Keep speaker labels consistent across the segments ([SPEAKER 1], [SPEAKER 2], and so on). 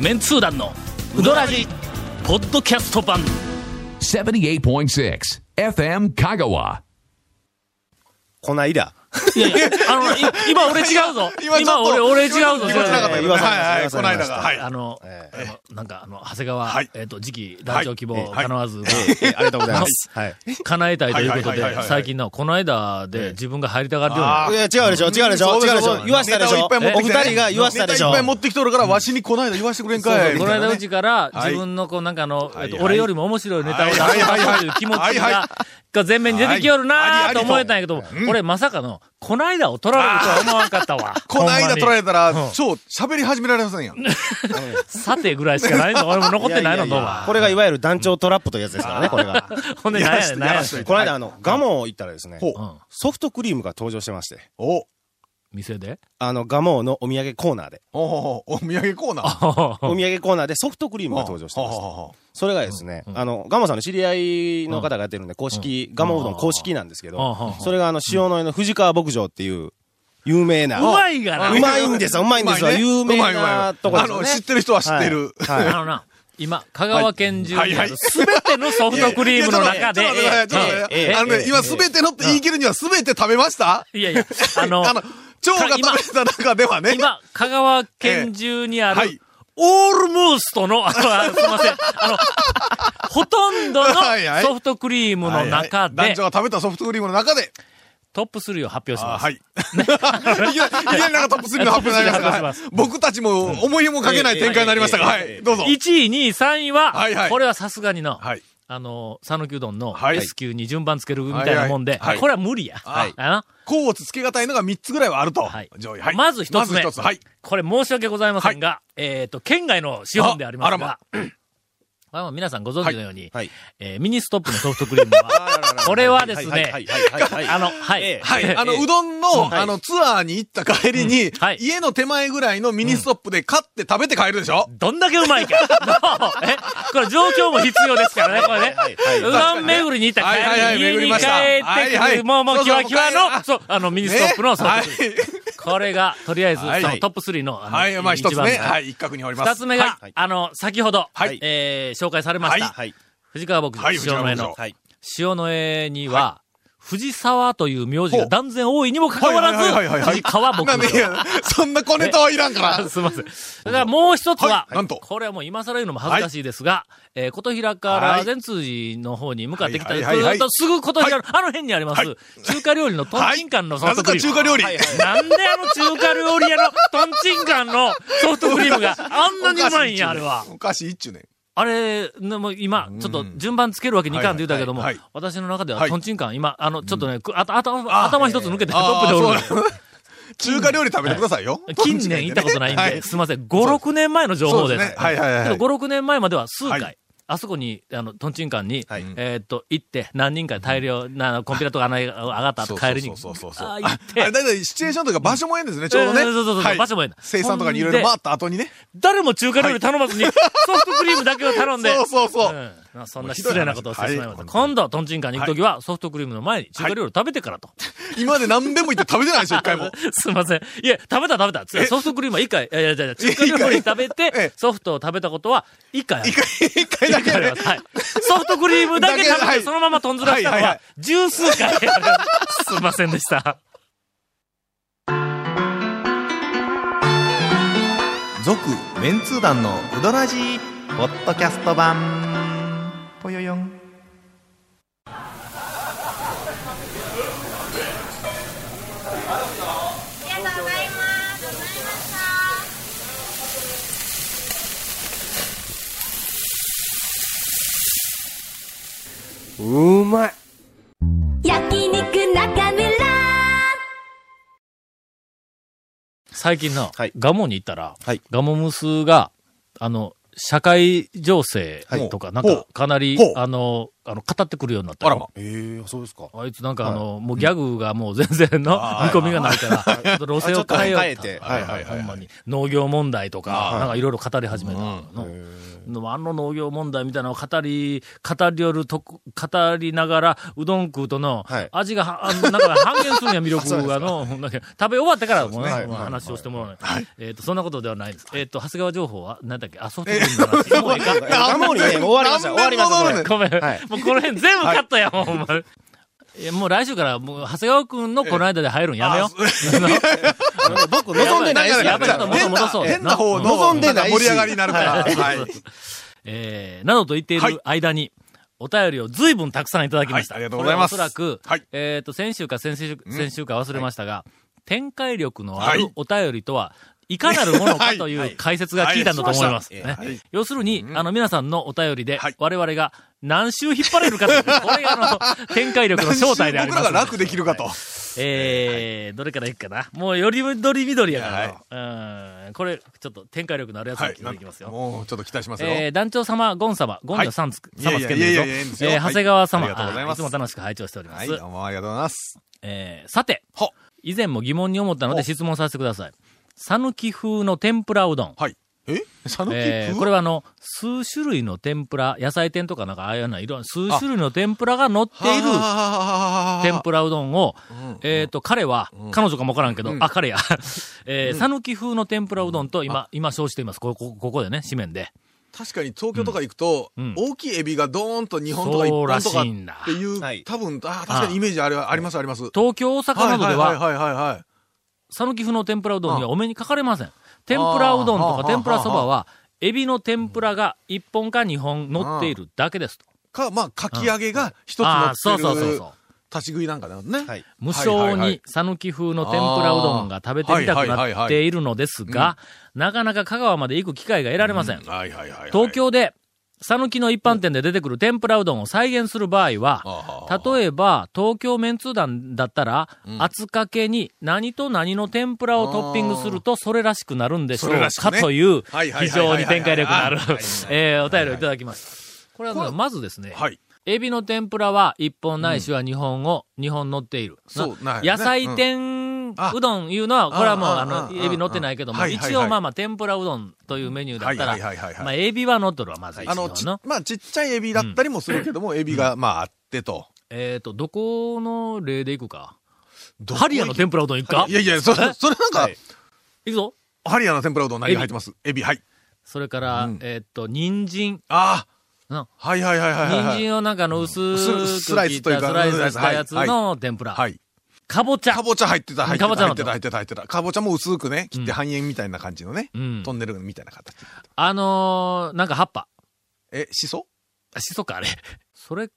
[SPEAKER 1] メンツー団のウドラジポッドキャスト版
[SPEAKER 2] 78.6 FM Kagawa.
[SPEAKER 3] こないだ。
[SPEAKER 1] いやいやあのい今俺違う ぞ今
[SPEAKER 4] ちょっと
[SPEAKER 1] 俺俺違うぞ
[SPEAKER 4] 気持ちなかった
[SPEAKER 3] 違う
[SPEAKER 4] 今はいは
[SPEAKER 3] 違
[SPEAKER 4] い、
[SPEAKER 3] う
[SPEAKER 4] この間が。はい。
[SPEAKER 1] あの、あのなんかあの長谷川、
[SPEAKER 4] はい
[SPEAKER 1] えっ、と次期団長希望、
[SPEAKER 4] はい
[SPEAKER 1] 叶わず、
[SPEAKER 3] えありがとうございます。はい。
[SPEAKER 1] 叶えたいということ
[SPEAKER 4] はいはいはいはい
[SPEAKER 1] で
[SPEAKER 4] はい
[SPEAKER 1] 最近のこの間で自分が入りたがるよう
[SPEAKER 4] あ
[SPEAKER 1] な
[SPEAKER 4] ー
[SPEAKER 3] いや、違うでしょ、違うでしょ、
[SPEAKER 4] そう
[SPEAKER 3] 違うでし
[SPEAKER 4] そう
[SPEAKER 3] ょ。言わしたでし
[SPEAKER 4] ネタをい
[SPEAKER 3] ょ。
[SPEAKER 4] っぱい持って
[SPEAKER 3] お
[SPEAKER 4] き
[SPEAKER 3] 二
[SPEAKER 4] て
[SPEAKER 3] 人が言わしたでしょ
[SPEAKER 4] ネタいっぱい。持ってきとるから、わしにこの間言わしてくれんかい。
[SPEAKER 1] この間うちから
[SPEAKER 4] は
[SPEAKER 1] 自
[SPEAKER 4] い
[SPEAKER 1] 分のこうなんかあの、えっと
[SPEAKER 4] はい
[SPEAKER 1] 俺よりも面白いネタを出
[SPEAKER 4] はいはい
[SPEAKER 1] そう
[SPEAKER 4] はい
[SPEAKER 1] という気持ち
[SPEAKER 4] はいはい
[SPEAKER 1] が、が前面に出てきよるな
[SPEAKER 4] は
[SPEAKER 1] ー
[SPEAKER 4] い
[SPEAKER 1] と思えたんやけども、俺まさかの、こないだを取られるとは思わんかったわ。
[SPEAKER 4] この間取ら
[SPEAKER 1] れ
[SPEAKER 4] れたら、そう、喋り始められませんやん。
[SPEAKER 1] さてぐらいしかないの、俺も残ってないの、
[SPEAKER 3] い
[SPEAKER 1] どうは
[SPEAKER 3] やいやいやこれがいわゆる団長トラップというやつですからね、これが。
[SPEAKER 1] ほんで、
[SPEAKER 4] や
[SPEAKER 1] なんや
[SPEAKER 4] らし
[SPEAKER 1] ね
[SPEAKER 4] て
[SPEAKER 1] ん、なんや
[SPEAKER 4] やらし
[SPEAKER 1] ね
[SPEAKER 4] て
[SPEAKER 1] ん。
[SPEAKER 3] この間、あの、ガモン行ったらですね、
[SPEAKER 4] ほう
[SPEAKER 1] う。ん、
[SPEAKER 3] ソフトクリームが登場してまして、
[SPEAKER 4] お、
[SPEAKER 1] 店で
[SPEAKER 3] あの、ガモンのお土産コーナーで、
[SPEAKER 4] お、お土産コーナー。
[SPEAKER 3] お土産コーナーでソフトクリームが登場してました。
[SPEAKER 4] ほ
[SPEAKER 3] それがですね、あの、ガモさんの知り合いの方がやってるんで、公式、ガモうどん公式なんですけ
[SPEAKER 1] うん
[SPEAKER 3] ど、それがあの、塩の江の藤川牧場っていう、有名な。
[SPEAKER 1] うまいがな。
[SPEAKER 3] うまいんですよ、うまいんですよ。
[SPEAKER 4] うまいね
[SPEAKER 3] 有名
[SPEAKER 4] うまいうま
[SPEAKER 3] ないとこですよ
[SPEAKER 4] あ
[SPEAKER 3] ね。
[SPEAKER 4] の知ってる人は知ってる
[SPEAKER 3] はい
[SPEAKER 1] あ
[SPEAKER 3] は
[SPEAKER 1] のな、今、香川県中
[SPEAKER 4] はい
[SPEAKER 1] に
[SPEAKER 4] は
[SPEAKER 1] あ
[SPEAKER 4] い
[SPEAKER 1] るすべてのソフトクリームの中で
[SPEAKER 4] いやいや、ちょっと待ってくださいちょっと
[SPEAKER 1] え
[SPEAKER 4] 待ってください
[SPEAKER 1] えええ
[SPEAKER 4] あのね、今すべてのって言い切るにはすべて食べました
[SPEAKER 1] いやいや、あの、
[SPEAKER 4] あの、蝶が食べた中ではね。
[SPEAKER 1] 今、香川県中にあ
[SPEAKER 4] は
[SPEAKER 1] る
[SPEAKER 4] い、
[SPEAKER 1] オールモーストの、あのあのすいません、あの、ほとんどの
[SPEAKER 4] はいはい
[SPEAKER 1] ソフトクリームの中
[SPEAKER 4] はいは
[SPEAKER 1] で
[SPEAKER 4] い団長、が食べたソフトクリームの中で。
[SPEAKER 1] トップ3を発表し
[SPEAKER 4] あ
[SPEAKER 1] ます。
[SPEAKER 4] はい。いきなりい きなりなんかトップ3の発表になり
[SPEAKER 1] トップ3の
[SPEAKER 4] ましたが
[SPEAKER 1] 発表し
[SPEAKER 4] は
[SPEAKER 1] ま
[SPEAKER 4] い
[SPEAKER 1] す、
[SPEAKER 4] 僕たちも思いもかけない展開になりましたが、
[SPEAKER 3] え
[SPEAKER 4] は
[SPEAKER 3] ええええ
[SPEAKER 4] い、どうぞ。
[SPEAKER 1] 1位、2位、3位は、
[SPEAKER 4] はいはい
[SPEAKER 1] これはさすがにの、
[SPEAKER 4] はい。
[SPEAKER 1] あの、讃岐うどんの
[SPEAKER 4] はい
[SPEAKER 1] S 級に順番つけるみたいなもんで、
[SPEAKER 4] はいはいはい
[SPEAKER 1] これは無理や。
[SPEAKER 4] はい
[SPEAKER 1] あの
[SPEAKER 4] 甲をつけがたいのが3つぐらいはあると。
[SPEAKER 1] はい
[SPEAKER 4] 上位はい。
[SPEAKER 1] まず一つ目
[SPEAKER 4] まず一つ。はい。
[SPEAKER 1] これ申し訳ございませんが、えっ、と、県外の資本でありますが、
[SPEAKER 4] ああら
[SPEAKER 1] まあの皆さんご存知のように、
[SPEAKER 3] はい。
[SPEAKER 1] えーミニストップのソフトクリームは、これはですね
[SPEAKER 3] はいはいはいはいはい
[SPEAKER 1] あの、はい。
[SPEAKER 3] ええ
[SPEAKER 4] はい。あの、うどん
[SPEAKER 3] ん
[SPEAKER 4] の、
[SPEAKER 3] はい
[SPEAKER 4] あの、ツアーに行った帰りに、
[SPEAKER 1] うんはい
[SPEAKER 4] 家の手前ぐらいのミニストップで買って食べて帰るでしょ、
[SPEAKER 1] どんだけうまいか。 もうえこれ状況も必要ですからね、これね
[SPEAKER 3] はいはい。は
[SPEAKER 1] う
[SPEAKER 3] い
[SPEAKER 1] どん巡りに行った
[SPEAKER 4] はいはいは
[SPEAKER 1] 帰
[SPEAKER 4] い
[SPEAKER 1] りに、家
[SPEAKER 4] 巡
[SPEAKER 1] に帰っ
[SPEAKER 4] りましたはい
[SPEAKER 1] てく
[SPEAKER 4] は
[SPEAKER 1] る、
[SPEAKER 4] い
[SPEAKER 1] もうもう
[SPEAKER 4] そう
[SPEAKER 1] キ
[SPEAKER 4] そう
[SPEAKER 1] ワキワ
[SPEAKER 4] もう帰
[SPEAKER 1] の、
[SPEAKER 4] る
[SPEAKER 1] そう、あの、ミニストップの、そう
[SPEAKER 4] はい。
[SPEAKER 1] これが、とりあえず、そ
[SPEAKER 4] はい
[SPEAKER 1] のトップ3の、あの
[SPEAKER 4] はい。まあ、一つ
[SPEAKER 1] 番
[SPEAKER 4] 目。
[SPEAKER 1] 目
[SPEAKER 4] はい。一角におります。
[SPEAKER 1] 二つ目が
[SPEAKER 3] は、い
[SPEAKER 1] あの、先ほど
[SPEAKER 4] はい、
[SPEAKER 1] えー紹介されました
[SPEAKER 3] は。い。
[SPEAKER 1] 藤川牧場、
[SPEAKER 4] はい
[SPEAKER 1] 塩の江の
[SPEAKER 4] 藤川牧。場
[SPEAKER 3] はい。
[SPEAKER 1] 塩の江には、藤沢という名字が断然多いにもかかわら
[SPEAKER 4] はいはいはいはい
[SPEAKER 1] ず、
[SPEAKER 4] はい
[SPEAKER 1] 藤川牧
[SPEAKER 4] なんで、い
[SPEAKER 1] 場。
[SPEAKER 4] やそんな小ネタはいらんから。
[SPEAKER 1] すみません。 それからもう一つは、
[SPEAKER 4] はいなんと
[SPEAKER 1] これはもう今更言うのも恥ずかしいですが、えー琴平から善通寺の方に向かってきた、
[SPEAKER 4] はいはいはいはい
[SPEAKER 1] ずーっとすぐ琴平の、あの辺にあります、
[SPEAKER 4] は
[SPEAKER 1] 中華料理のトンチンカンのソ
[SPEAKER 4] な
[SPEAKER 1] フ
[SPEAKER 4] ぜ
[SPEAKER 1] トク
[SPEAKER 4] か
[SPEAKER 1] リー
[SPEAKER 4] 中
[SPEAKER 1] ム。
[SPEAKER 4] 華料理。
[SPEAKER 1] なんであの中華料理屋のトンチンカンのソフトクリームがあんなにうまいんや、あれは。
[SPEAKER 4] おかしいっちゅうねん。
[SPEAKER 1] あれ、ねもう今、ちょっと順番つけるわけにいかんって言うたけども、
[SPEAKER 4] はいはいは
[SPEAKER 1] 私の中では
[SPEAKER 4] はい
[SPEAKER 1] トンチンカン、今、あの、ちょっとね、くあとあと頭一つ抜けてトップでおるのよ
[SPEAKER 4] あーそうなの 中華料理食べてくださいよ。
[SPEAKER 1] 近年行ったこと ないんで、
[SPEAKER 4] はい
[SPEAKER 1] すみません、5、6年前の情報です。
[SPEAKER 4] そうですねはいはいはい
[SPEAKER 1] けど5、6年前までは数回、
[SPEAKER 4] はい
[SPEAKER 1] あそこに、あの、トンチンカンに、
[SPEAKER 3] はい
[SPEAKER 1] えーっと、行って、何人か大量な、コンピューラーとか穴が上がった後、帰りに、
[SPEAKER 4] そうそうそうそう
[SPEAKER 1] あ
[SPEAKER 4] あ
[SPEAKER 1] ー
[SPEAKER 4] あ
[SPEAKER 1] 行って
[SPEAKER 4] れ、だいたいシチュエーションとか場所もええんですね、ちょうどね。
[SPEAKER 1] えーそうそうそう
[SPEAKER 4] はい
[SPEAKER 1] 場所もええんだ
[SPEAKER 4] 生産とかにいろいろ回った後にね。
[SPEAKER 1] 誰も中華料理頼まずに、ソフトクリームだけを頼んで、
[SPEAKER 4] そうそうそう
[SPEAKER 1] うんまあそんな失礼なことをしてしまいました。今度、トンチンカンに行くときは、ソフトクリームの前に中華料理食べてからと。
[SPEAKER 4] 今まで何遍も行って食べてないでしょ、一回も。
[SPEAKER 1] すみません。いや、食べた食べた。つソフトクリームは一回、いやいやいやいや、中華料理食べ
[SPEAKER 4] え
[SPEAKER 1] て
[SPEAKER 4] え、
[SPEAKER 1] ソフトを食べたことは一回ある。
[SPEAKER 4] 一回だけね。
[SPEAKER 1] はい。ソフトクリームだけ
[SPEAKER 4] だ
[SPEAKER 1] 食
[SPEAKER 4] け
[SPEAKER 1] べ
[SPEAKER 4] は
[SPEAKER 1] て、
[SPEAKER 4] い
[SPEAKER 1] そのまま豚汁した
[SPEAKER 4] は
[SPEAKER 1] の
[SPEAKER 4] いはいは、
[SPEAKER 1] はい十数回。すいませんでした。
[SPEAKER 5] 続メンツー団のウドラジポッドキャスト版ぽよよん
[SPEAKER 3] うまい。
[SPEAKER 6] 焼肉中村
[SPEAKER 1] 最近の
[SPEAKER 3] はい、
[SPEAKER 1] ガモに行ったら
[SPEAKER 3] はい、
[SPEAKER 1] ガモムスが、あの、社会情勢とか、なん
[SPEAKER 4] ほ
[SPEAKER 1] か
[SPEAKER 4] う、
[SPEAKER 1] かなり
[SPEAKER 4] ほう、
[SPEAKER 1] あの、あの、語ってくるようになった
[SPEAKER 4] あ
[SPEAKER 1] よ
[SPEAKER 4] らま。
[SPEAKER 3] ええ、そうですか。
[SPEAKER 1] あいつなんかあの、もうギャグがもう全然の見込みがないから、ちょっと路線を変えよう
[SPEAKER 3] あちょっと変えてはいはい
[SPEAKER 1] ほんまに。農業問題とか、なんかいろいろ語り始めたの。あの農業問題みたいなのを語り、語りよるとこ、語りながら、うどん食うとの、
[SPEAKER 3] はい
[SPEAKER 1] 味がは、あのなんか半減するんや、 魅力がの、なんか食べ終わってからもうね、
[SPEAKER 3] はい
[SPEAKER 1] もう
[SPEAKER 3] はい
[SPEAKER 1] 話をしてもらうね。えっと、そんなことではないです。えっと、長谷川情報は、なんだっけ、あ、ソフト クリームの話。もういいか
[SPEAKER 3] ガモにね、もう終わりました。
[SPEAKER 4] 何
[SPEAKER 3] 終わりました。こ
[SPEAKER 4] 年
[SPEAKER 1] ごめ
[SPEAKER 3] れ
[SPEAKER 4] も
[SPEAKER 1] ん、
[SPEAKER 3] はい
[SPEAKER 1] もうこの辺全部カットや、もうほんま。いやもう来週から、もう、長谷川くんのこの間で入るんやめよう。
[SPEAKER 3] 僕望んでないです
[SPEAKER 1] や
[SPEAKER 3] か
[SPEAKER 1] ばい
[SPEAKER 3] ら
[SPEAKER 1] やばいちょっと
[SPEAKER 4] 変
[SPEAKER 1] 戻
[SPEAKER 4] な、
[SPEAKER 1] そう
[SPEAKER 4] 変な方の、
[SPEAKER 3] 望んでないし
[SPEAKER 4] 盛り上がりになるから。 はい。
[SPEAKER 1] えーなどと言ってい
[SPEAKER 4] はい
[SPEAKER 1] る間に、お便りを随分たくさんいただきました。
[SPEAKER 4] はいありがとうございます
[SPEAKER 1] これはおそらく、
[SPEAKER 4] はい
[SPEAKER 1] えっ、と、先週か先々週、先週か忘れましたが、展開力のあ
[SPEAKER 4] は
[SPEAKER 1] る
[SPEAKER 4] い
[SPEAKER 1] お便りとは、いかなるものかという解説が聞いたんだと思います。
[SPEAKER 3] はい
[SPEAKER 1] ね
[SPEAKER 3] はい
[SPEAKER 1] 要するに、あの皆さんのお便りで
[SPEAKER 4] はい、
[SPEAKER 1] 我々が何周引っ張れるかという、これがあの、展開力の正体であります。
[SPEAKER 4] 僕らが楽できるかと。
[SPEAKER 1] えーどれからいくかな。もうよりどり緑やから、うん。これ、ちょっと展開力のあるやつを
[SPEAKER 4] は
[SPEAKER 1] 聞いていきますよ。
[SPEAKER 4] もうちょっと期待しますよ。
[SPEAKER 1] えー団長様、ゴン様、ゴンのさんつく、
[SPEAKER 4] は
[SPEAKER 1] 様
[SPEAKER 4] い
[SPEAKER 1] つけんでる
[SPEAKER 4] い
[SPEAKER 1] ぞ
[SPEAKER 4] やいやいやいやいいんですよ
[SPEAKER 1] えー長谷川様、
[SPEAKER 4] はいありがとうございます
[SPEAKER 1] あーつも楽しく拝聴しておりま
[SPEAKER 4] はい、
[SPEAKER 1] す。
[SPEAKER 4] どうもありがとうございます。
[SPEAKER 1] えーさて
[SPEAKER 4] は、
[SPEAKER 1] 以前も疑問に思ったので質問させてください。さぬき風の天ぷらうどん。
[SPEAKER 4] はい。えさぬき
[SPEAKER 1] えー
[SPEAKER 4] 風
[SPEAKER 1] これはあの、数種類の天ぷら、野菜店とかなんかああいうような色々、数種類の天ぷらが乗っている天
[SPEAKER 4] 天
[SPEAKER 1] ぷらうどんを、えっ、と、彼は、彼女かもわからんけど、
[SPEAKER 4] うん
[SPEAKER 1] あ、彼 や。えー、さぬき風の天ぷらうどんと今、今称しています。ここ、ここでね、紙面で。
[SPEAKER 4] 確かに東京とか行くと、
[SPEAKER 1] うんうん
[SPEAKER 4] 大きいエビがドーンと2本とか1
[SPEAKER 1] そうら
[SPEAKER 4] 本と
[SPEAKER 1] し
[SPEAKER 4] か
[SPEAKER 1] いんだ
[SPEAKER 4] っていう、
[SPEAKER 3] はい
[SPEAKER 4] 多分、あー確かにイメージあれはありますあります。
[SPEAKER 1] 東京、大阪などでは、
[SPEAKER 4] はいはいはいはいはい。
[SPEAKER 1] 讃岐風の天ぷらうどんには
[SPEAKER 4] あ
[SPEAKER 1] お目にかかれません。天ぷらうどん
[SPEAKER 4] あ
[SPEAKER 1] と
[SPEAKER 4] あ
[SPEAKER 1] か天ぷらそばは、エビの天ぷらが1本か2本乗っているだけですと。
[SPEAKER 4] か、まあ、かき揚げが一つ
[SPEAKER 1] あ
[SPEAKER 4] の
[SPEAKER 1] あ、そうそうそうそう。
[SPEAKER 4] 立ち食いなんかだよね。
[SPEAKER 3] はい
[SPEAKER 1] 無
[SPEAKER 4] はい
[SPEAKER 1] 性
[SPEAKER 4] はいはい
[SPEAKER 1] に讃岐風の天ぷらうどんが食べてみたくなっているのですが、なかなか香川まで行く機会が得られません。
[SPEAKER 4] はいはいはいはい。
[SPEAKER 1] 東京で、讃岐の一般店で出てくる天ぷらうどんを再現する場合は、
[SPEAKER 4] あー、
[SPEAKER 1] 例えば、東京メンツー団だったら、厚かけに何と何の天ぷらをトッピングすると、それらしくなるんでしょう
[SPEAKER 4] それらし
[SPEAKER 1] か
[SPEAKER 4] くね
[SPEAKER 1] という、
[SPEAKER 4] はいはいはいはいはい
[SPEAKER 1] 非常に展開力のある
[SPEAKER 4] はいはいはい、
[SPEAKER 1] えーお便りをいただきました。これはね、まずですね、
[SPEAKER 4] はい。
[SPEAKER 1] エビの天ぷらは1本ないしは2本を、2本乗っている。
[SPEAKER 4] そう
[SPEAKER 1] な
[SPEAKER 4] ないよ
[SPEAKER 1] 野
[SPEAKER 4] ね
[SPEAKER 1] 菜天う
[SPEAKER 4] あ
[SPEAKER 1] どんいうのは、これはもう、
[SPEAKER 4] あ
[SPEAKER 1] あの、
[SPEAKER 4] あ
[SPEAKER 1] エビ乗ってないけども、
[SPEAKER 4] はいはいはい
[SPEAKER 1] 一応まあまあ、天ぷらうどんというメニューだった
[SPEAKER 4] はいはいはいはい
[SPEAKER 1] ら、
[SPEAKER 4] はい
[SPEAKER 1] まあ、エビは乗っとるわ、まず一
[SPEAKER 4] あ
[SPEAKER 1] 応
[SPEAKER 4] の、ち
[SPEAKER 1] の。
[SPEAKER 4] まあ、ちっちゃいエビだったりもするけども、エビが、まあ、あってと。
[SPEAKER 1] えっと、どこの例でいくか。
[SPEAKER 4] どこ
[SPEAKER 1] ハリアの天ぷらうどんいくか
[SPEAKER 4] いやいや、そ
[SPEAKER 1] え
[SPEAKER 4] れ、それなんか、
[SPEAKER 1] いくぞ。
[SPEAKER 4] ハリアの天ぷらうどん何が入ってますエビ、はい。
[SPEAKER 1] それから、
[SPEAKER 4] うん
[SPEAKER 1] えっと、人参。
[SPEAKER 4] あ
[SPEAKER 1] うん
[SPEAKER 4] あ。はいはいはいはい
[SPEAKER 1] 人
[SPEAKER 4] はい。
[SPEAKER 1] 参をなんかあの薄く切
[SPEAKER 4] 薄
[SPEAKER 1] ったス
[SPEAKER 4] ス
[SPEAKER 1] ラ
[SPEAKER 4] ラ
[SPEAKER 1] イ
[SPEAKER 4] イ
[SPEAKER 1] ス
[SPEAKER 4] ス
[SPEAKER 1] し
[SPEAKER 4] というか
[SPEAKER 1] たやつ
[SPEAKER 4] はい
[SPEAKER 1] の天ぷら。
[SPEAKER 4] はい。
[SPEAKER 1] かぼちゃ
[SPEAKER 4] か。ぼちゃ入ってた、入って
[SPEAKER 1] かぼ
[SPEAKER 4] た、
[SPEAKER 1] ちゃ
[SPEAKER 4] 入
[SPEAKER 1] の
[SPEAKER 4] ってた、入ってた、入ってた。かぼちゃも薄くね、切っ
[SPEAKER 1] う
[SPEAKER 4] て
[SPEAKER 1] ん
[SPEAKER 4] 半円みたいな感じのね、
[SPEAKER 1] うん
[SPEAKER 4] トンネルみたいな形。
[SPEAKER 1] あのー、なんか葉っぱ。
[SPEAKER 4] え、しそ
[SPEAKER 1] あしそか、あれ。それ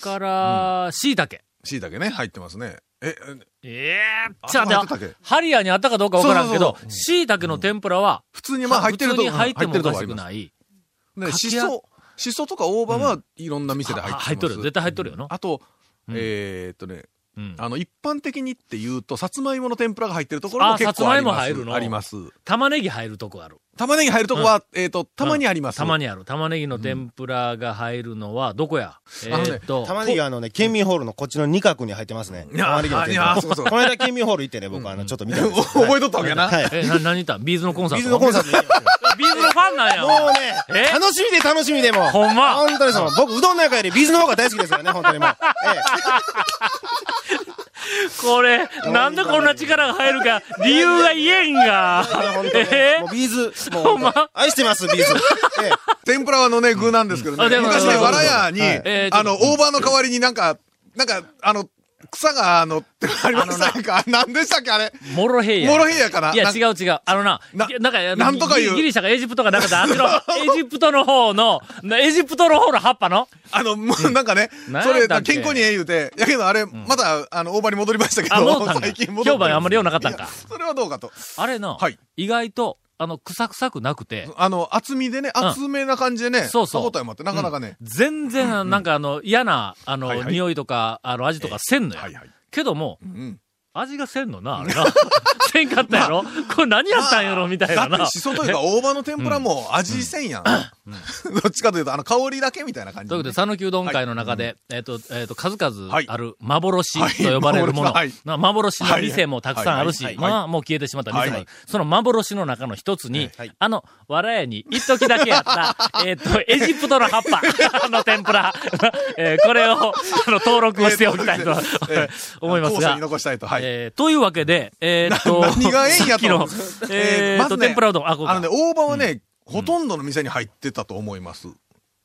[SPEAKER 1] から、しいたけ。
[SPEAKER 4] しいたけね、入ってますね。え、
[SPEAKER 1] ええ
[SPEAKER 4] あ
[SPEAKER 1] じゃあ
[SPEAKER 4] 入ってたっけ
[SPEAKER 1] ね、ハリアにあったかどうかわからんけど
[SPEAKER 4] そうそう、そう
[SPEAKER 1] しいたけの天ぷらは、
[SPEAKER 4] 普通にまあ入ってると
[SPEAKER 1] 普通に入ってもおかしく
[SPEAKER 4] うん入ってるとこあ
[SPEAKER 1] ない。
[SPEAKER 4] ね
[SPEAKER 1] か
[SPEAKER 4] し
[SPEAKER 1] き揚げ
[SPEAKER 4] そ、しそとか大葉はいろんな店で入ってます。
[SPEAKER 1] 入っとるよ絶対入っとるよな
[SPEAKER 4] あと、
[SPEAKER 1] うん
[SPEAKER 4] えーっとね、
[SPEAKER 1] うん
[SPEAKER 4] あの、一般的にって言うと、さつまいもの天ぷらが入ってるところも
[SPEAKER 1] あ
[SPEAKER 4] 結構あり
[SPEAKER 1] さつま
[SPEAKER 4] ます。
[SPEAKER 1] いも入るの
[SPEAKER 4] あります。
[SPEAKER 1] 玉ねぎ入るとこある。
[SPEAKER 4] 玉ねぎ入るとこは、えーっと、たまにあります。
[SPEAKER 1] たまにある。玉ねぎの天ぷらが入るのは、どこやえ
[SPEAKER 4] のね
[SPEAKER 1] ーっと、
[SPEAKER 3] 玉ねぎがあのね、県民ホールのこっちの2角に入ってますね。
[SPEAKER 4] いや
[SPEAKER 3] 玉ねぎの天ぷら
[SPEAKER 4] いやそうそう
[SPEAKER 3] この間県民ホール行ってね、僕あの、ちょっと見たんですよ
[SPEAKER 4] 覚えとったわけやな。
[SPEAKER 3] はい。
[SPEAKER 1] え、な、何言ったんビーズのコンサート
[SPEAKER 3] 水のコンサートに行きました
[SPEAKER 1] ビーズのファンなんや。
[SPEAKER 3] もう
[SPEAKER 1] え
[SPEAKER 3] ね、楽しみで楽しみでもう。
[SPEAKER 1] ほんま
[SPEAKER 3] 本当にそう。僕、うどんの中よりビーズの方が大好きですからね、本当 にもう。ええ
[SPEAKER 1] これ、なんでこんな力が入るか、理由が言えんが。
[SPEAKER 3] 本当に
[SPEAKER 1] え
[SPEAKER 3] もうビーズ、もう
[SPEAKER 1] ほんま
[SPEAKER 3] 本当に愛してます、ビーズ。ええ
[SPEAKER 4] 天ぷらはのね、具なんですけど
[SPEAKER 1] うんあで
[SPEAKER 4] ね。
[SPEAKER 1] も
[SPEAKER 4] 昔ね、
[SPEAKER 1] そう
[SPEAKER 4] わらやに、
[SPEAKER 1] えーちょっ
[SPEAKER 4] あ
[SPEAKER 1] と
[SPEAKER 4] の、大葉の代わりになんか、なんか、あの、草が、あの、ってありましたなんか、なんでしたっけあれ。
[SPEAKER 1] モロヘイヤ。
[SPEAKER 4] モロヘイヤかない
[SPEAKER 1] や、
[SPEAKER 4] な
[SPEAKER 1] 違う違う。あのな、
[SPEAKER 4] な
[SPEAKER 1] ぎなんか、あの
[SPEAKER 4] なんとかい
[SPEAKER 1] ギ
[SPEAKER 4] う
[SPEAKER 1] リギリシャかエジプトかなんか だ、あっちの、エジプトの方の、なエジプトの方の葉っぱの
[SPEAKER 4] あの、もうなんかね、
[SPEAKER 1] なん
[SPEAKER 4] それ、
[SPEAKER 1] だっけ
[SPEAKER 4] 健康にええ言うて、やけどあれ、また、あの、大葉に戻りましたけ
[SPEAKER 1] あ、戻った
[SPEAKER 4] ど、
[SPEAKER 1] んか
[SPEAKER 4] 最近戻。って
[SPEAKER 1] 評判あんまり良うなかったん
[SPEAKER 4] いや
[SPEAKER 1] か。
[SPEAKER 4] それはどうかと。
[SPEAKER 1] あれの、
[SPEAKER 4] はい
[SPEAKER 1] 意外と、あの、臭くさくなくて、
[SPEAKER 4] あの、厚みでね、
[SPEAKER 1] ん
[SPEAKER 4] 厚めな感じでね、
[SPEAKER 1] そうそう
[SPEAKER 4] 歯応えもあって、なかなかね、
[SPEAKER 1] 全然、なんかあの、嫌な、あの、
[SPEAKER 4] はいはい
[SPEAKER 1] 匂いとか、あの、味とかせんのよ。
[SPEAKER 4] はいはい
[SPEAKER 1] けども、
[SPEAKER 4] うん。
[SPEAKER 1] 味がせんのな、あれ な。せんかったやろ、これ何やったんやろみたいな
[SPEAKER 4] だって
[SPEAKER 1] な。
[SPEAKER 4] しそというか大葉の天ぷらも味せんやん。 どっちかというと、あの、香りだけみたいな感じ。
[SPEAKER 1] ということで、讃岐うどん会の中で、えっ、と、えっ、と、数々
[SPEAKER 4] はい
[SPEAKER 1] ある幻と呼ばれるもの、
[SPEAKER 4] はい
[SPEAKER 1] な幻の店もたくさんあるし、
[SPEAKER 4] はいはいはい
[SPEAKER 1] まあ、もう消えてしまった店もある、
[SPEAKER 4] はい
[SPEAKER 1] その幻の中の一つに、
[SPEAKER 3] はい
[SPEAKER 1] あの、わらやに一時だけあ った、えっと、エジプトの葉っぱの天ぷら、えーこれを、あの、登録をしておきたいと思います
[SPEAKER 4] 後世
[SPEAKER 1] が
[SPEAKER 4] に。残したいと。はい。
[SPEAKER 1] えーというわけで、えーっと、
[SPEAKER 4] 何がえ えん
[SPEAKER 1] さ
[SPEAKER 4] やと
[SPEAKER 1] っきの。えーっと、天ぷらうどん、あ、こう
[SPEAKER 4] あ
[SPEAKER 1] か
[SPEAKER 4] のね、大葉はね、ほとんどの店に入ってたと思います。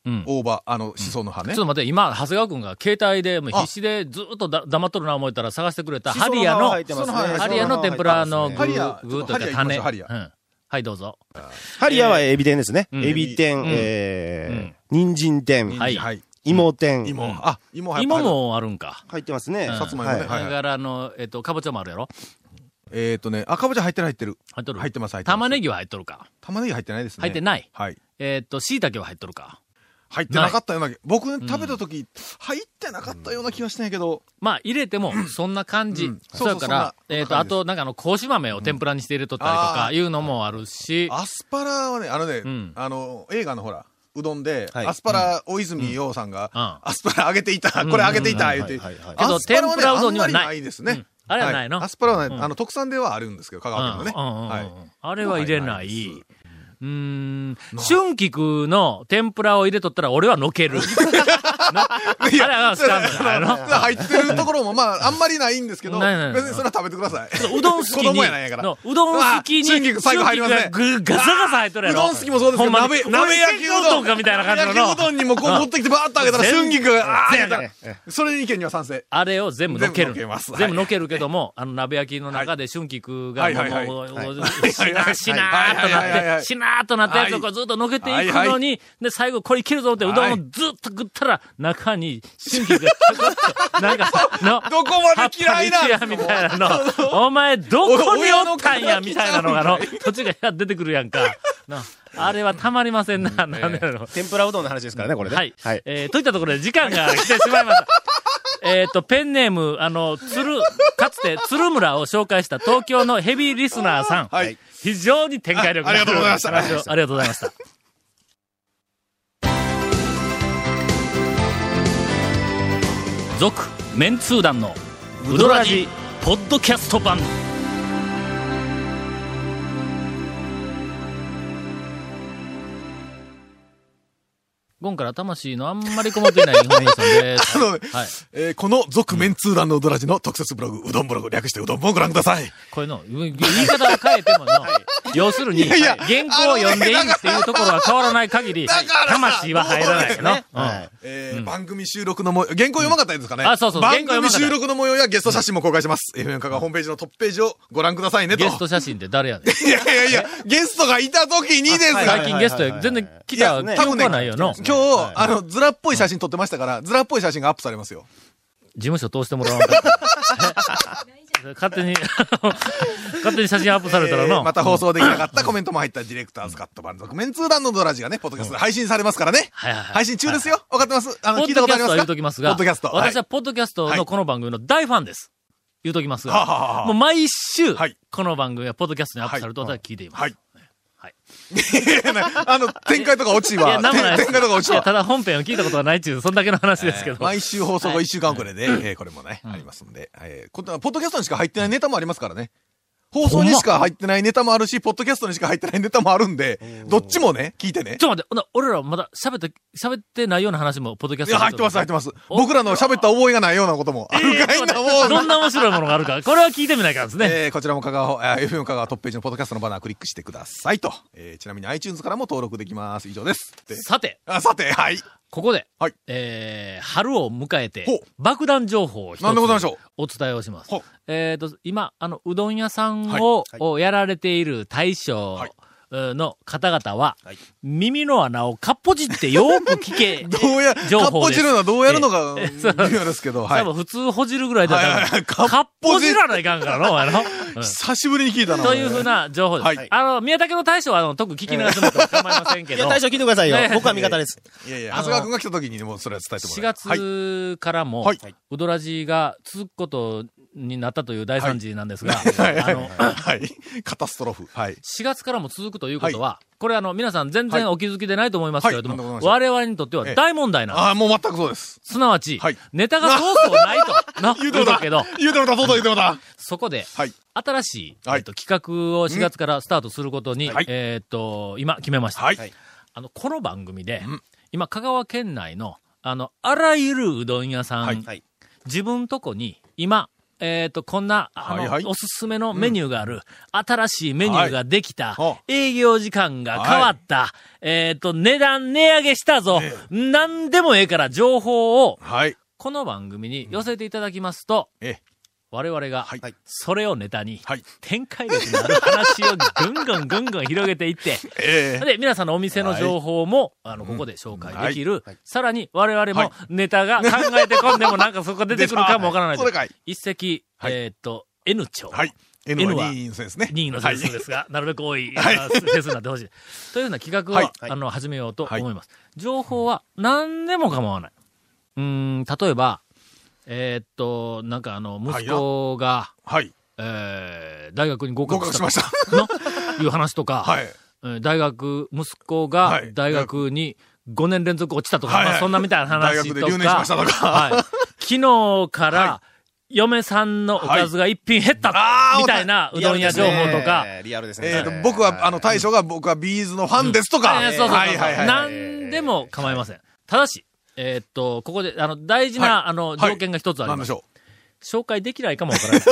[SPEAKER 1] うん
[SPEAKER 4] 大葉、あの、しその葉ね。
[SPEAKER 1] ちょっと待って、今、長谷川君が携帯で、もう必死でずっとだ黙っとるな思えたら探してくれた、ハリアの、
[SPEAKER 3] シソ葉が入ってますね
[SPEAKER 1] ハリアの天ぷらの具、
[SPEAKER 4] ハリア
[SPEAKER 1] 具と
[SPEAKER 4] ハ
[SPEAKER 1] い
[SPEAKER 4] リア
[SPEAKER 1] うか
[SPEAKER 4] 行き
[SPEAKER 1] 種。
[SPEAKER 4] ましょうハリア
[SPEAKER 1] うんはい、どうぞ。
[SPEAKER 3] ハリアはエビ天ですね。
[SPEAKER 1] うん
[SPEAKER 3] エビ天、
[SPEAKER 1] ん
[SPEAKER 3] えー、人参天、
[SPEAKER 1] はい
[SPEAKER 4] はい。
[SPEAKER 3] 芋天。
[SPEAKER 4] 芋。あ、芋はやっぱ
[SPEAKER 1] 芋もあるんか。
[SPEAKER 3] 入ってますね。
[SPEAKER 1] うん
[SPEAKER 4] さつまいもね
[SPEAKER 3] はい
[SPEAKER 4] はい
[SPEAKER 1] だから、あの、えっと、かぼちゃもあるやろ
[SPEAKER 4] えっとね、赤ぼちゃ入ってる入ってる。
[SPEAKER 1] 入っとる
[SPEAKER 4] 入ってます入ってます
[SPEAKER 1] 玉ねぎは入っとるか。
[SPEAKER 4] 玉ねぎ入ってないですね。
[SPEAKER 1] 入ってない
[SPEAKER 4] はい。
[SPEAKER 1] えっと、椎茸は入っとるか。
[SPEAKER 4] 入ってなかったような、僕食べた時、入ってなかったような気がしたんやけど、
[SPEAKER 1] まあ、入れても、そんな感じ
[SPEAKER 4] うん。
[SPEAKER 1] そや
[SPEAKER 4] そう
[SPEAKER 1] か
[SPEAKER 4] そうそんな
[SPEAKER 1] ら、えっと、
[SPEAKER 4] そんな
[SPEAKER 1] あ
[SPEAKER 4] 感じです
[SPEAKER 1] と、なんかあの、格子豆を天ぷらにして入れとったりと
[SPEAKER 4] あ
[SPEAKER 1] か、
[SPEAKER 4] ー
[SPEAKER 1] いうのもあるし、
[SPEAKER 4] アスパラはね、あのね、
[SPEAKER 1] うん
[SPEAKER 4] あの、映画のほら、うどんで、
[SPEAKER 3] はい
[SPEAKER 4] アスパラ、大泉洋さんが、
[SPEAKER 1] う
[SPEAKER 4] アスパラ揚げていた、
[SPEAKER 1] うん
[SPEAKER 4] これ揚げていた、言うて。
[SPEAKER 3] はいはいはい
[SPEAKER 1] けど
[SPEAKER 4] アスパラ
[SPEAKER 1] 天
[SPEAKER 4] は
[SPEAKER 1] ぷ
[SPEAKER 4] ね
[SPEAKER 1] らうどんには
[SPEAKER 4] あんまりないですね。
[SPEAKER 1] うんあれはないの
[SPEAKER 4] アスパラはね、
[SPEAKER 1] うん
[SPEAKER 4] あの、特産ではあるんですけど、香川県のね。
[SPEAKER 1] うんうんうんうん
[SPEAKER 4] はい。
[SPEAKER 1] あれは入れない。
[SPEAKER 4] 入れないう
[SPEAKER 1] ーん。春菊の天ぷらを入れとったら俺はのける。 なあれはスタンドだよな。
[SPEAKER 4] 入ってるところも、まあ、あんまりないんですけど、
[SPEAKER 1] ないないない
[SPEAKER 4] 別にそれは食べてください。
[SPEAKER 1] うどん好き
[SPEAKER 4] 子
[SPEAKER 1] に、
[SPEAKER 4] 供やないやから。
[SPEAKER 1] のうどん好きに、
[SPEAKER 4] うわ春菊最後入りますね
[SPEAKER 1] 春菊がぐガサガサ入っとるや
[SPEAKER 4] う
[SPEAKER 1] ろ。
[SPEAKER 4] どん好きもそうですけど、
[SPEAKER 1] ほんまに
[SPEAKER 4] 鍋、鍋
[SPEAKER 1] これ
[SPEAKER 4] 焼きうど
[SPEAKER 1] うどん
[SPEAKER 4] ん
[SPEAKER 1] かみたいな感じの
[SPEAKER 4] 鍋焼きうどんにもこう持ってきてバーッとあげたら、
[SPEAKER 1] うん
[SPEAKER 4] 春菊、あ
[SPEAKER 1] 全
[SPEAKER 4] ー
[SPEAKER 1] 部
[SPEAKER 4] やったらそれに意見には賛成。
[SPEAKER 1] あれを全部のける。
[SPEAKER 4] 全部のけますはい
[SPEAKER 1] 全部のけるけども、あの、鍋焼きの中で春菊が、
[SPEAKER 4] はい
[SPEAKER 1] もう、
[SPEAKER 4] はいはい
[SPEAKER 1] もうもう
[SPEAKER 4] い
[SPEAKER 1] しな、しなーっと
[SPEAKER 4] はいはい
[SPEAKER 1] なっ
[SPEAKER 4] はいは
[SPEAKER 1] て、
[SPEAKER 4] い
[SPEAKER 1] しなーっとなったやつをこうずっとのけていくのに、で、最後これいけるぞって、うどんをずっと食ったら、中に春菊が、なんかさ、の、
[SPEAKER 4] どこまで嫌いなんです
[SPEAKER 1] や
[SPEAKER 4] か
[SPEAKER 1] みたいなの、お前どこにおったんや
[SPEAKER 4] お親の敵
[SPEAKER 1] みたいなのがの、途中から出てくるやんか。なあれはたまりませんな、なんだろう。
[SPEAKER 3] 天ぷらうどんの話ですからね、これね。
[SPEAKER 1] はい。
[SPEAKER 3] はい。
[SPEAKER 1] えーといったところで時間が来てしまいま した。えっと、ペンネーム、あの、鶴、かつて鶴村を紹介した東京のヘビーリスナーさん。
[SPEAKER 4] はい。
[SPEAKER 1] 非常に展開力
[SPEAKER 4] あありがとうございました
[SPEAKER 1] ありがとうございました。続、メンツー団の、ウドラジ、ポッドキャスト版。今から魂のあんまりこもっていない日本予選です。
[SPEAKER 4] あの、
[SPEAKER 1] はい。
[SPEAKER 4] えーこの続面通談のうどらじの特設ブログ、うどんブログ、略してうどんブログをご覧ください。
[SPEAKER 1] これの、う言い方を変え てもの、要するに、
[SPEAKER 4] やいや
[SPEAKER 1] 原稿を読んでいいっていうところは変わらない限り、
[SPEAKER 4] だから
[SPEAKER 1] 魂は入らないよね。うん
[SPEAKER 3] はい
[SPEAKER 4] えー番組収録のも、原稿読まなかったですかね、
[SPEAKER 1] うんあそうそう
[SPEAKER 4] 番
[SPEAKER 1] 原稿読まな
[SPEAKER 4] 組
[SPEAKER 1] かった
[SPEAKER 4] 収録の模様やゲスト写真も公開します。FM カがホームページのトップページをご覧くださいねと。
[SPEAKER 1] ゲスト写真って誰やねん。
[SPEAKER 4] いやいやいや、ゲストがいた時にです
[SPEAKER 3] はいはい
[SPEAKER 1] 最
[SPEAKER 4] が、
[SPEAKER 1] 近ゲストで全然来た
[SPEAKER 4] いや
[SPEAKER 1] 記憶はないよの。
[SPEAKER 4] 今日、あの、ズラっぽい写真撮ってましたから、ズラっぽい写真がアップされますよ。
[SPEAKER 1] 事務所通してもらわなかった。 え勝手に、勝手に写真アップされたら
[SPEAKER 4] えー
[SPEAKER 1] の。
[SPEAKER 4] また放送できなかったコメントも入ったディレクターズカット版続面通談のドラジがね、ポッドキャストで配信されますからね。
[SPEAKER 1] はいはいはい
[SPEAKER 4] 配信中ですよ。わかってますあ
[SPEAKER 1] ポ
[SPEAKER 4] の、聞
[SPEAKER 1] ッ
[SPEAKER 4] いた
[SPEAKER 1] ド
[SPEAKER 4] こ
[SPEAKER 1] キ
[SPEAKER 4] と
[SPEAKER 1] ャストは
[SPEAKER 4] あります
[SPEAKER 1] 言
[SPEAKER 4] か
[SPEAKER 1] うときます
[SPEAKER 4] ポ
[SPEAKER 1] が、
[SPEAKER 4] ッドキャスト。
[SPEAKER 1] 私
[SPEAKER 4] は
[SPEAKER 1] はポッドキャストのこの番組の大ファンです。言うときます
[SPEAKER 4] はあはあ
[SPEAKER 1] が
[SPEAKER 4] は、あ
[SPEAKER 1] もう毎週
[SPEAKER 4] はい、
[SPEAKER 1] この番組がポッドキャストにアップされると私は聞いています。
[SPEAKER 4] はい。
[SPEAKER 1] はい。
[SPEAKER 4] あの、展開とか落ち
[SPEAKER 1] い
[SPEAKER 4] は、
[SPEAKER 1] や、なんもない
[SPEAKER 4] 展
[SPEAKER 1] です
[SPEAKER 4] 展開とか落ち
[SPEAKER 1] いや
[SPEAKER 4] は。
[SPEAKER 1] ただ本編を聞いたことがないっていう、そんだけの話ですけど。
[SPEAKER 4] 毎週放送後1週間遅れで、えーこれもね、ありますんで。えーこポッドキャストにしか入ってないネタもありますからね。放送にしか入ってないネタもあるし、ポッドキャストにしか入ってないネタもあるんで、どっちもね、聞いてね
[SPEAKER 1] ち。ょっと待って、ほな俺らまだ喋って、喋ってないような話も、ポッドキャス
[SPEAKER 4] い
[SPEAKER 1] トに
[SPEAKER 4] や、入ってます、入ってます。僕らの喋った覚えがないようなこともあ
[SPEAKER 1] え
[SPEAKER 4] る
[SPEAKER 1] ー
[SPEAKER 4] か
[SPEAKER 1] ちょ
[SPEAKER 4] い
[SPEAKER 1] っと
[SPEAKER 4] な、
[SPEAKER 1] 待って
[SPEAKER 4] も
[SPEAKER 1] ど
[SPEAKER 4] う。
[SPEAKER 1] んな面白いものがあるか、これは聞いてみないからです ね。
[SPEAKER 4] えーこちらも香川、えー FM 香川トップページのポッドキャストのバナークリックしてくださいと。えーちなみに iTunes からも登録できます。以上です。で
[SPEAKER 1] さて、
[SPEAKER 4] あさて、はい。
[SPEAKER 1] ここで、
[SPEAKER 4] はい
[SPEAKER 1] えー春を迎えて
[SPEAKER 4] ほう、
[SPEAKER 1] 爆弾情報を一つ
[SPEAKER 4] なんでございましょう
[SPEAKER 1] お伝えをします
[SPEAKER 4] ほう。
[SPEAKER 1] えっ、と、今、あの、うどん屋さんを,、
[SPEAKER 4] はい
[SPEAKER 1] をやられている大将、
[SPEAKER 4] はい
[SPEAKER 1] の方々は、耳の穴をかっぽじってよーく聞 け
[SPEAKER 4] どうや、
[SPEAKER 1] 情
[SPEAKER 4] かっ
[SPEAKER 1] 報
[SPEAKER 4] ぽ
[SPEAKER 1] です
[SPEAKER 4] じるのはどうやるのか、
[SPEAKER 1] え
[SPEAKER 4] 微
[SPEAKER 1] ーそう
[SPEAKER 4] 妙ですけど、は
[SPEAKER 1] 多
[SPEAKER 4] い。
[SPEAKER 1] 分普通ほじるぐらいだった
[SPEAKER 4] は
[SPEAKER 1] ら
[SPEAKER 4] いはいは、い
[SPEAKER 1] か
[SPEAKER 4] か
[SPEAKER 1] っ
[SPEAKER 4] っ
[SPEAKER 1] ぽ
[SPEAKER 4] ぽ
[SPEAKER 1] じ
[SPEAKER 4] じ
[SPEAKER 1] らないかんからの、お前の。うん
[SPEAKER 4] 久しぶりに聞いたな。
[SPEAKER 1] というふうな情報です。
[SPEAKER 4] はい
[SPEAKER 1] あの、宮武の大将は、あの、特に聞き流しても構いませんけ
[SPEAKER 3] い
[SPEAKER 1] ど
[SPEAKER 3] や、、大将聞いてくださいよ
[SPEAKER 1] ね。
[SPEAKER 3] 僕は味方です。
[SPEAKER 4] いやいや、
[SPEAKER 1] あの
[SPEAKER 4] 長谷川くんが来た時にもうそれは伝えても
[SPEAKER 1] 4
[SPEAKER 4] らえるはい。
[SPEAKER 1] 月からも、
[SPEAKER 4] はい
[SPEAKER 1] ウドラジが続くことになったという大惨事なんですが、あの、
[SPEAKER 4] はい。カタストロフ。 はい。
[SPEAKER 1] 4月からも続くということは、これあの、皆さん全然お気づきでないと思いますけれど
[SPEAKER 4] はい
[SPEAKER 1] も、
[SPEAKER 4] はい
[SPEAKER 1] 我々にとっては大問題なんです。
[SPEAKER 4] ああ、もう全くそうです。
[SPEAKER 1] すなわち、
[SPEAKER 4] はい
[SPEAKER 1] ネタがそうそうない と、な、言
[SPEAKER 4] 言うて
[SPEAKER 1] う
[SPEAKER 4] も
[SPEAKER 1] た
[SPEAKER 4] だ
[SPEAKER 1] けど、
[SPEAKER 4] 言うてもだ、そうだ言うてもだ。
[SPEAKER 1] そこで、
[SPEAKER 4] はい。
[SPEAKER 1] 新しい、
[SPEAKER 4] はい
[SPEAKER 1] えっと、企画を4月からスタートすることに、
[SPEAKER 4] はい
[SPEAKER 1] えっと、今決めました。
[SPEAKER 4] はい。
[SPEAKER 1] あの、この番組で、
[SPEAKER 4] ん
[SPEAKER 1] 今、香川県内の、あの、あらゆるうどん屋さん、
[SPEAKER 4] はい
[SPEAKER 3] はい
[SPEAKER 1] 自分とこに、今、えっ、と、こんな、あの、
[SPEAKER 4] はいはい
[SPEAKER 1] おすすめのメニューがある、新しいメニューができた、
[SPEAKER 4] は
[SPEAKER 1] 営業時間が変わった、えっ、と、値段値上げしたぞ、なんでもええから情報を、
[SPEAKER 4] はい。
[SPEAKER 1] この番組に寄せていただきますと、
[SPEAKER 4] ええ
[SPEAKER 1] 我々が
[SPEAKER 4] はい、
[SPEAKER 1] それをネタに
[SPEAKER 4] はい、
[SPEAKER 1] 展開力のある話をぐんぐんぐんぐん広げていって、
[SPEAKER 4] ええ
[SPEAKER 1] で、皆さんのお店の情報も、あの、ここで紹介できる。さらに、我々も
[SPEAKER 4] は
[SPEAKER 1] ネタが考えてこんでもなんかそこ出てくるかもわからない
[SPEAKER 4] 出たそれかい
[SPEAKER 1] 一石、
[SPEAKER 4] はい
[SPEAKER 1] えーっと、N 町。
[SPEAKER 4] はい。N は任意ですね。
[SPEAKER 1] 任意の
[SPEAKER 4] は
[SPEAKER 1] 点
[SPEAKER 4] い
[SPEAKER 1] 数ですが、なるべく多い、
[SPEAKER 4] はい
[SPEAKER 1] あ点数になってほしい。というような企画を、
[SPEAKER 4] はい
[SPEAKER 1] あの、始めようと思います。情報は何でも構わない。うーん、例えば、えーっと、なんかあの、息子が、
[SPEAKER 4] はい。
[SPEAKER 1] えー大学に合
[SPEAKER 4] 合
[SPEAKER 1] 格
[SPEAKER 4] 格
[SPEAKER 1] し
[SPEAKER 4] したました。
[SPEAKER 1] のいう話とか、
[SPEAKER 4] はい。
[SPEAKER 1] えー大学、息子
[SPEAKER 4] は
[SPEAKER 1] が
[SPEAKER 4] い
[SPEAKER 1] 大学に5年連続落ちたとか、
[SPEAKER 4] はいはい
[SPEAKER 1] まあそんなみたいな話とか。
[SPEAKER 4] 大学で留年しましたとか
[SPEAKER 1] はい昨日から、嫁さんのおかずが一品減った、
[SPEAKER 4] はい
[SPEAKER 1] みたいなうどん屋情報とか。
[SPEAKER 3] えーリアルですね。
[SPEAKER 4] えっと、僕は、あの、大将が、僕はビーズのファンですとか。
[SPEAKER 1] えーそうそうそう。
[SPEAKER 4] はいはいはい。
[SPEAKER 1] 何でも構いません。ただし、えーっと、ここで、あの、大事な、
[SPEAKER 4] はい
[SPEAKER 1] あの、
[SPEAKER 4] はい
[SPEAKER 1] 条件が一つあり
[SPEAKER 4] なん
[SPEAKER 1] ま。
[SPEAKER 4] ですしょ
[SPEAKER 1] 紹介できないかもわからない。
[SPEAKER 4] う。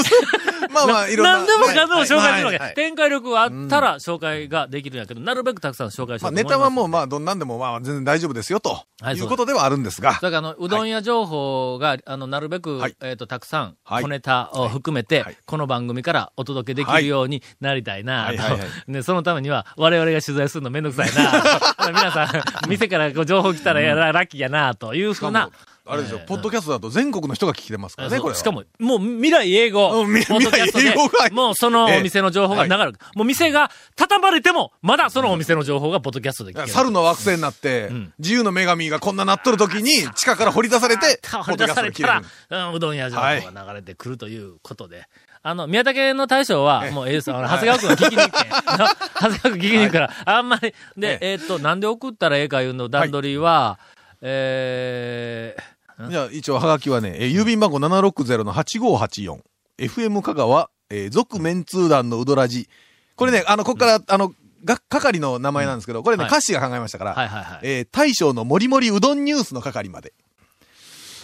[SPEAKER 4] まあまあ、いろんな。
[SPEAKER 1] 何でもかんでも
[SPEAKER 4] はい
[SPEAKER 1] 紹介するわけ。
[SPEAKER 4] はい
[SPEAKER 1] 展開力があったら紹介ができるんやけど、なるべくたくさん紹介しようと
[SPEAKER 4] まあ、
[SPEAKER 1] 思い
[SPEAKER 4] ネ
[SPEAKER 1] ます。
[SPEAKER 4] タはもう、まあ、どんなんでも、まあ、全然大丈夫ですよ、と
[SPEAKER 1] はいそうで
[SPEAKER 4] い
[SPEAKER 1] す
[SPEAKER 4] うことではあるんですが。
[SPEAKER 1] だからあの、うどん屋情報が、あの、なるべく、
[SPEAKER 4] はい
[SPEAKER 1] えっ、と、たくさん、
[SPEAKER 4] はい
[SPEAKER 1] 小ネタを含めて、
[SPEAKER 4] はい
[SPEAKER 1] この番組からお届けできるようになりたいなと、
[SPEAKER 4] はいはいはいは
[SPEAKER 1] ね、そのためには、我々が取材するのめんどくさいなと 皆さん、店からこう情報来たらやら、ラッキーやなという
[SPEAKER 4] し
[SPEAKER 1] ふ
[SPEAKER 4] か
[SPEAKER 1] う
[SPEAKER 4] も
[SPEAKER 1] な。
[SPEAKER 4] あれですよ、
[SPEAKER 1] えー
[SPEAKER 4] ポッドキャストだと全国の人が聞いてますからね、これは。
[SPEAKER 1] しかも、もう未来英語、
[SPEAKER 4] うんみ
[SPEAKER 1] ポッドキャストで
[SPEAKER 4] 未来永劫
[SPEAKER 1] もうそのお店の情報が流れる。もう店が畳まれても、まだそのお店の情報がポッドキャストで聞ける。
[SPEAKER 4] 猿の惑星になって、自由の女神がこんななっとる時に、地下から掘り出されて、
[SPEAKER 1] 掘り出され
[SPEAKER 4] ポッドキャストが切
[SPEAKER 1] た
[SPEAKER 4] れる
[SPEAKER 1] ら、うんうどん屋情報が流れてくるということで。あの、宮武の大将は、もう、ええさん、あの長谷川君は聞きに行 ってん。 な長谷川君聞きに行くから、あんまり、で、えーっと、なんで送ったらええかいうの段取りは、えー、
[SPEAKER 4] じゃあ、一応、はがきはね、えー郵便番号760-8584、FM 香川、えー、続メンツー団のうどらじ。これね、あの、こっから、あの、が、係の名前なんですけど、これね、
[SPEAKER 1] はい
[SPEAKER 4] 歌詞が考えましたから、
[SPEAKER 1] はいはいはい
[SPEAKER 4] えー大将のもりもりうどんニュースの係まで。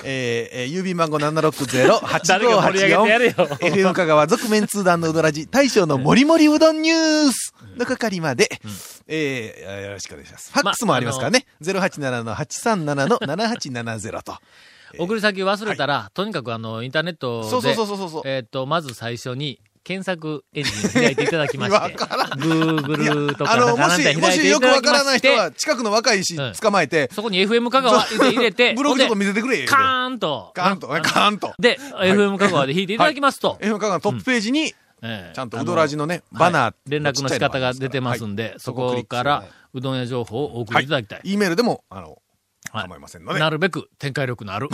[SPEAKER 4] えーえー郵便番号
[SPEAKER 1] 誰が盛り上げてやれよ
[SPEAKER 4] 760-8584、FM 香川続面通談のうどらじ、大将のもりもりうどんニュースの係まで、えーよろしくお願いします。ファックスもありますからね、087-837-7870と。
[SPEAKER 1] 送り先忘れたら、とにかくあの、インターネットで、
[SPEAKER 4] そうそうそうそうそう
[SPEAKER 1] えーっと、まず最初に、検索エンジンを開いていただきまして
[SPEAKER 4] わから、
[SPEAKER 1] Google とか
[SPEAKER 4] あ
[SPEAKER 1] なん
[SPEAKER 4] の、
[SPEAKER 1] か
[SPEAKER 4] も
[SPEAKER 1] なんか開いてい
[SPEAKER 4] し、
[SPEAKER 1] ただき
[SPEAKER 4] も
[SPEAKER 1] まして
[SPEAKER 4] しよくわからない人は、近くの若いし
[SPEAKER 1] うん、
[SPEAKER 4] 捕まえて、
[SPEAKER 1] そこに FM 香川入れて、
[SPEAKER 4] ブログちょっと見せてくれ
[SPEAKER 1] カーンと。
[SPEAKER 4] カーンとね、カーンと。
[SPEAKER 1] で、FM 香川で弾いていただきますと。
[SPEAKER 4] FM 香川のトップページに、
[SPEAKER 1] ええ
[SPEAKER 4] ちゃんとうどらじのね、
[SPEAKER 1] あの
[SPEAKER 4] バナ
[SPEAKER 1] は
[SPEAKER 4] ー
[SPEAKER 1] い。連絡の仕方が出てますん
[SPEAKER 4] で。
[SPEAKER 1] で、そ
[SPEAKER 4] そこをク
[SPEAKER 1] こ
[SPEAKER 4] リック
[SPEAKER 1] か
[SPEAKER 4] して
[SPEAKER 1] らうどん屋情報をお送
[SPEAKER 4] は
[SPEAKER 1] りいただきたい。
[SPEAKER 4] E メールでも、あの、
[SPEAKER 1] はい
[SPEAKER 4] 構いませんので。
[SPEAKER 1] なるべく展開力のあ る、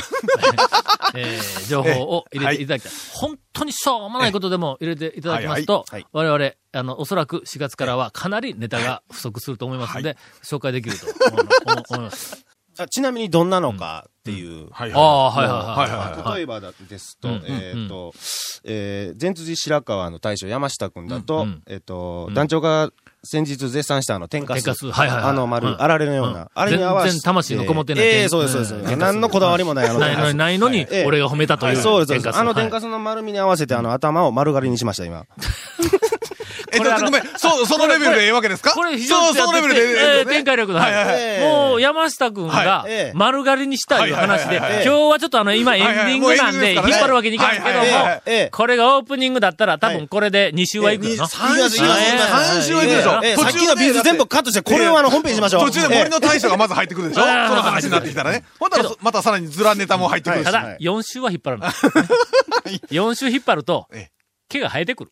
[SPEAKER 1] えー情報を入れていただきたい。本当にしょうもないことでも入れていただきますと、
[SPEAKER 3] はいは
[SPEAKER 1] 我
[SPEAKER 3] い
[SPEAKER 1] 々、あの、おそらく4月からはかなりネタが不足すると思いますので、紹介できると思い思います。
[SPEAKER 3] あちなみにどんなのかっていう。
[SPEAKER 4] はい
[SPEAKER 1] ああ、はいはいはい。
[SPEAKER 3] まあ例えばだですと、
[SPEAKER 1] うんうんうん
[SPEAKER 3] えっと、えー、前辻白川の大将山下くんだ
[SPEAKER 1] う
[SPEAKER 3] と
[SPEAKER 1] んうん、
[SPEAKER 3] えっと、団長が先日絶賛したあの、天かす。
[SPEAKER 1] 天かすはいはいはい
[SPEAKER 3] あの
[SPEAKER 1] うん
[SPEAKER 3] 丸、あられのよう
[SPEAKER 1] うん
[SPEAKER 3] な。あれに合わせて。
[SPEAKER 1] 全然魂のこもってない
[SPEAKER 3] ええ、そうです、そうです
[SPEAKER 1] うん。
[SPEAKER 3] 何のこだわりもないあの
[SPEAKER 1] ないのに、ないのに
[SPEAKER 3] え、え
[SPEAKER 1] 俺が褒めたと。
[SPEAKER 3] はいいうそうですそうです。あの天
[SPEAKER 1] 天
[SPEAKER 3] か
[SPEAKER 1] 下
[SPEAKER 3] すの丸みに合わせて、あの、頭を丸刈りにしました、今。
[SPEAKER 4] えっ
[SPEAKER 1] これあ
[SPEAKER 4] と、
[SPEAKER 1] の
[SPEAKER 4] ごめん、そう、そのレベルでええわけですか
[SPEAKER 1] これ非常に
[SPEAKER 4] そう、そのレベルでえ
[SPEAKER 1] え
[SPEAKER 4] え
[SPEAKER 1] ー展開力の
[SPEAKER 4] はいはい
[SPEAKER 3] はい
[SPEAKER 1] はい
[SPEAKER 3] ええ
[SPEAKER 1] もう山下くんが
[SPEAKER 3] はいええ
[SPEAKER 1] 丸刈りにしたいう話で、
[SPEAKER 4] はい
[SPEAKER 1] 今
[SPEAKER 4] は
[SPEAKER 3] は
[SPEAKER 4] い
[SPEAKER 3] いはい
[SPEAKER 1] 日はちょっとあの今エンディングなんで
[SPEAKER 4] はいはいもうエンディングです
[SPEAKER 1] 引っ
[SPEAKER 4] からね
[SPEAKER 1] 張るわけにいかないけど
[SPEAKER 4] はいはいはいはい
[SPEAKER 3] え
[SPEAKER 1] も
[SPEAKER 3] え、
[SPEAKER 1] これがオープニングだったら多分これで2週はいくよな。
[SPEAKER 4] 三週
[SPEAKER 1] はい
[SPEAKER 4] 三週はいくでしょ。
[SPEAKER 3] ええさっ
[SPEAKER 4] 途
[SPEAKER 3] き
[SPEAKER 4] 中
[SPEAKER 3] の
[SPEAKER 4] で
[SPEAKER 3] ビーズ全部カットして、これをあの、本編にしましょう。
[SPEAKER 4] 途中で森の大将がまず入ってくるでしょそ
[SPEAKER 1] ええ
[SPEAKER 4] の話になってきたらね。ほんだらそ、またさらにズラネタも入ってくるし。
[SPEAKER 1] た
[SPEAKER 3] は
[SPEAKER 1] だ
[SPEAKER 3] い
[SPEAKER 1] 4週は引っ張 らない。4週引っ張ると
[SPEAKER 4] ええ
[SPEAKER 1] 毛が生えて くる。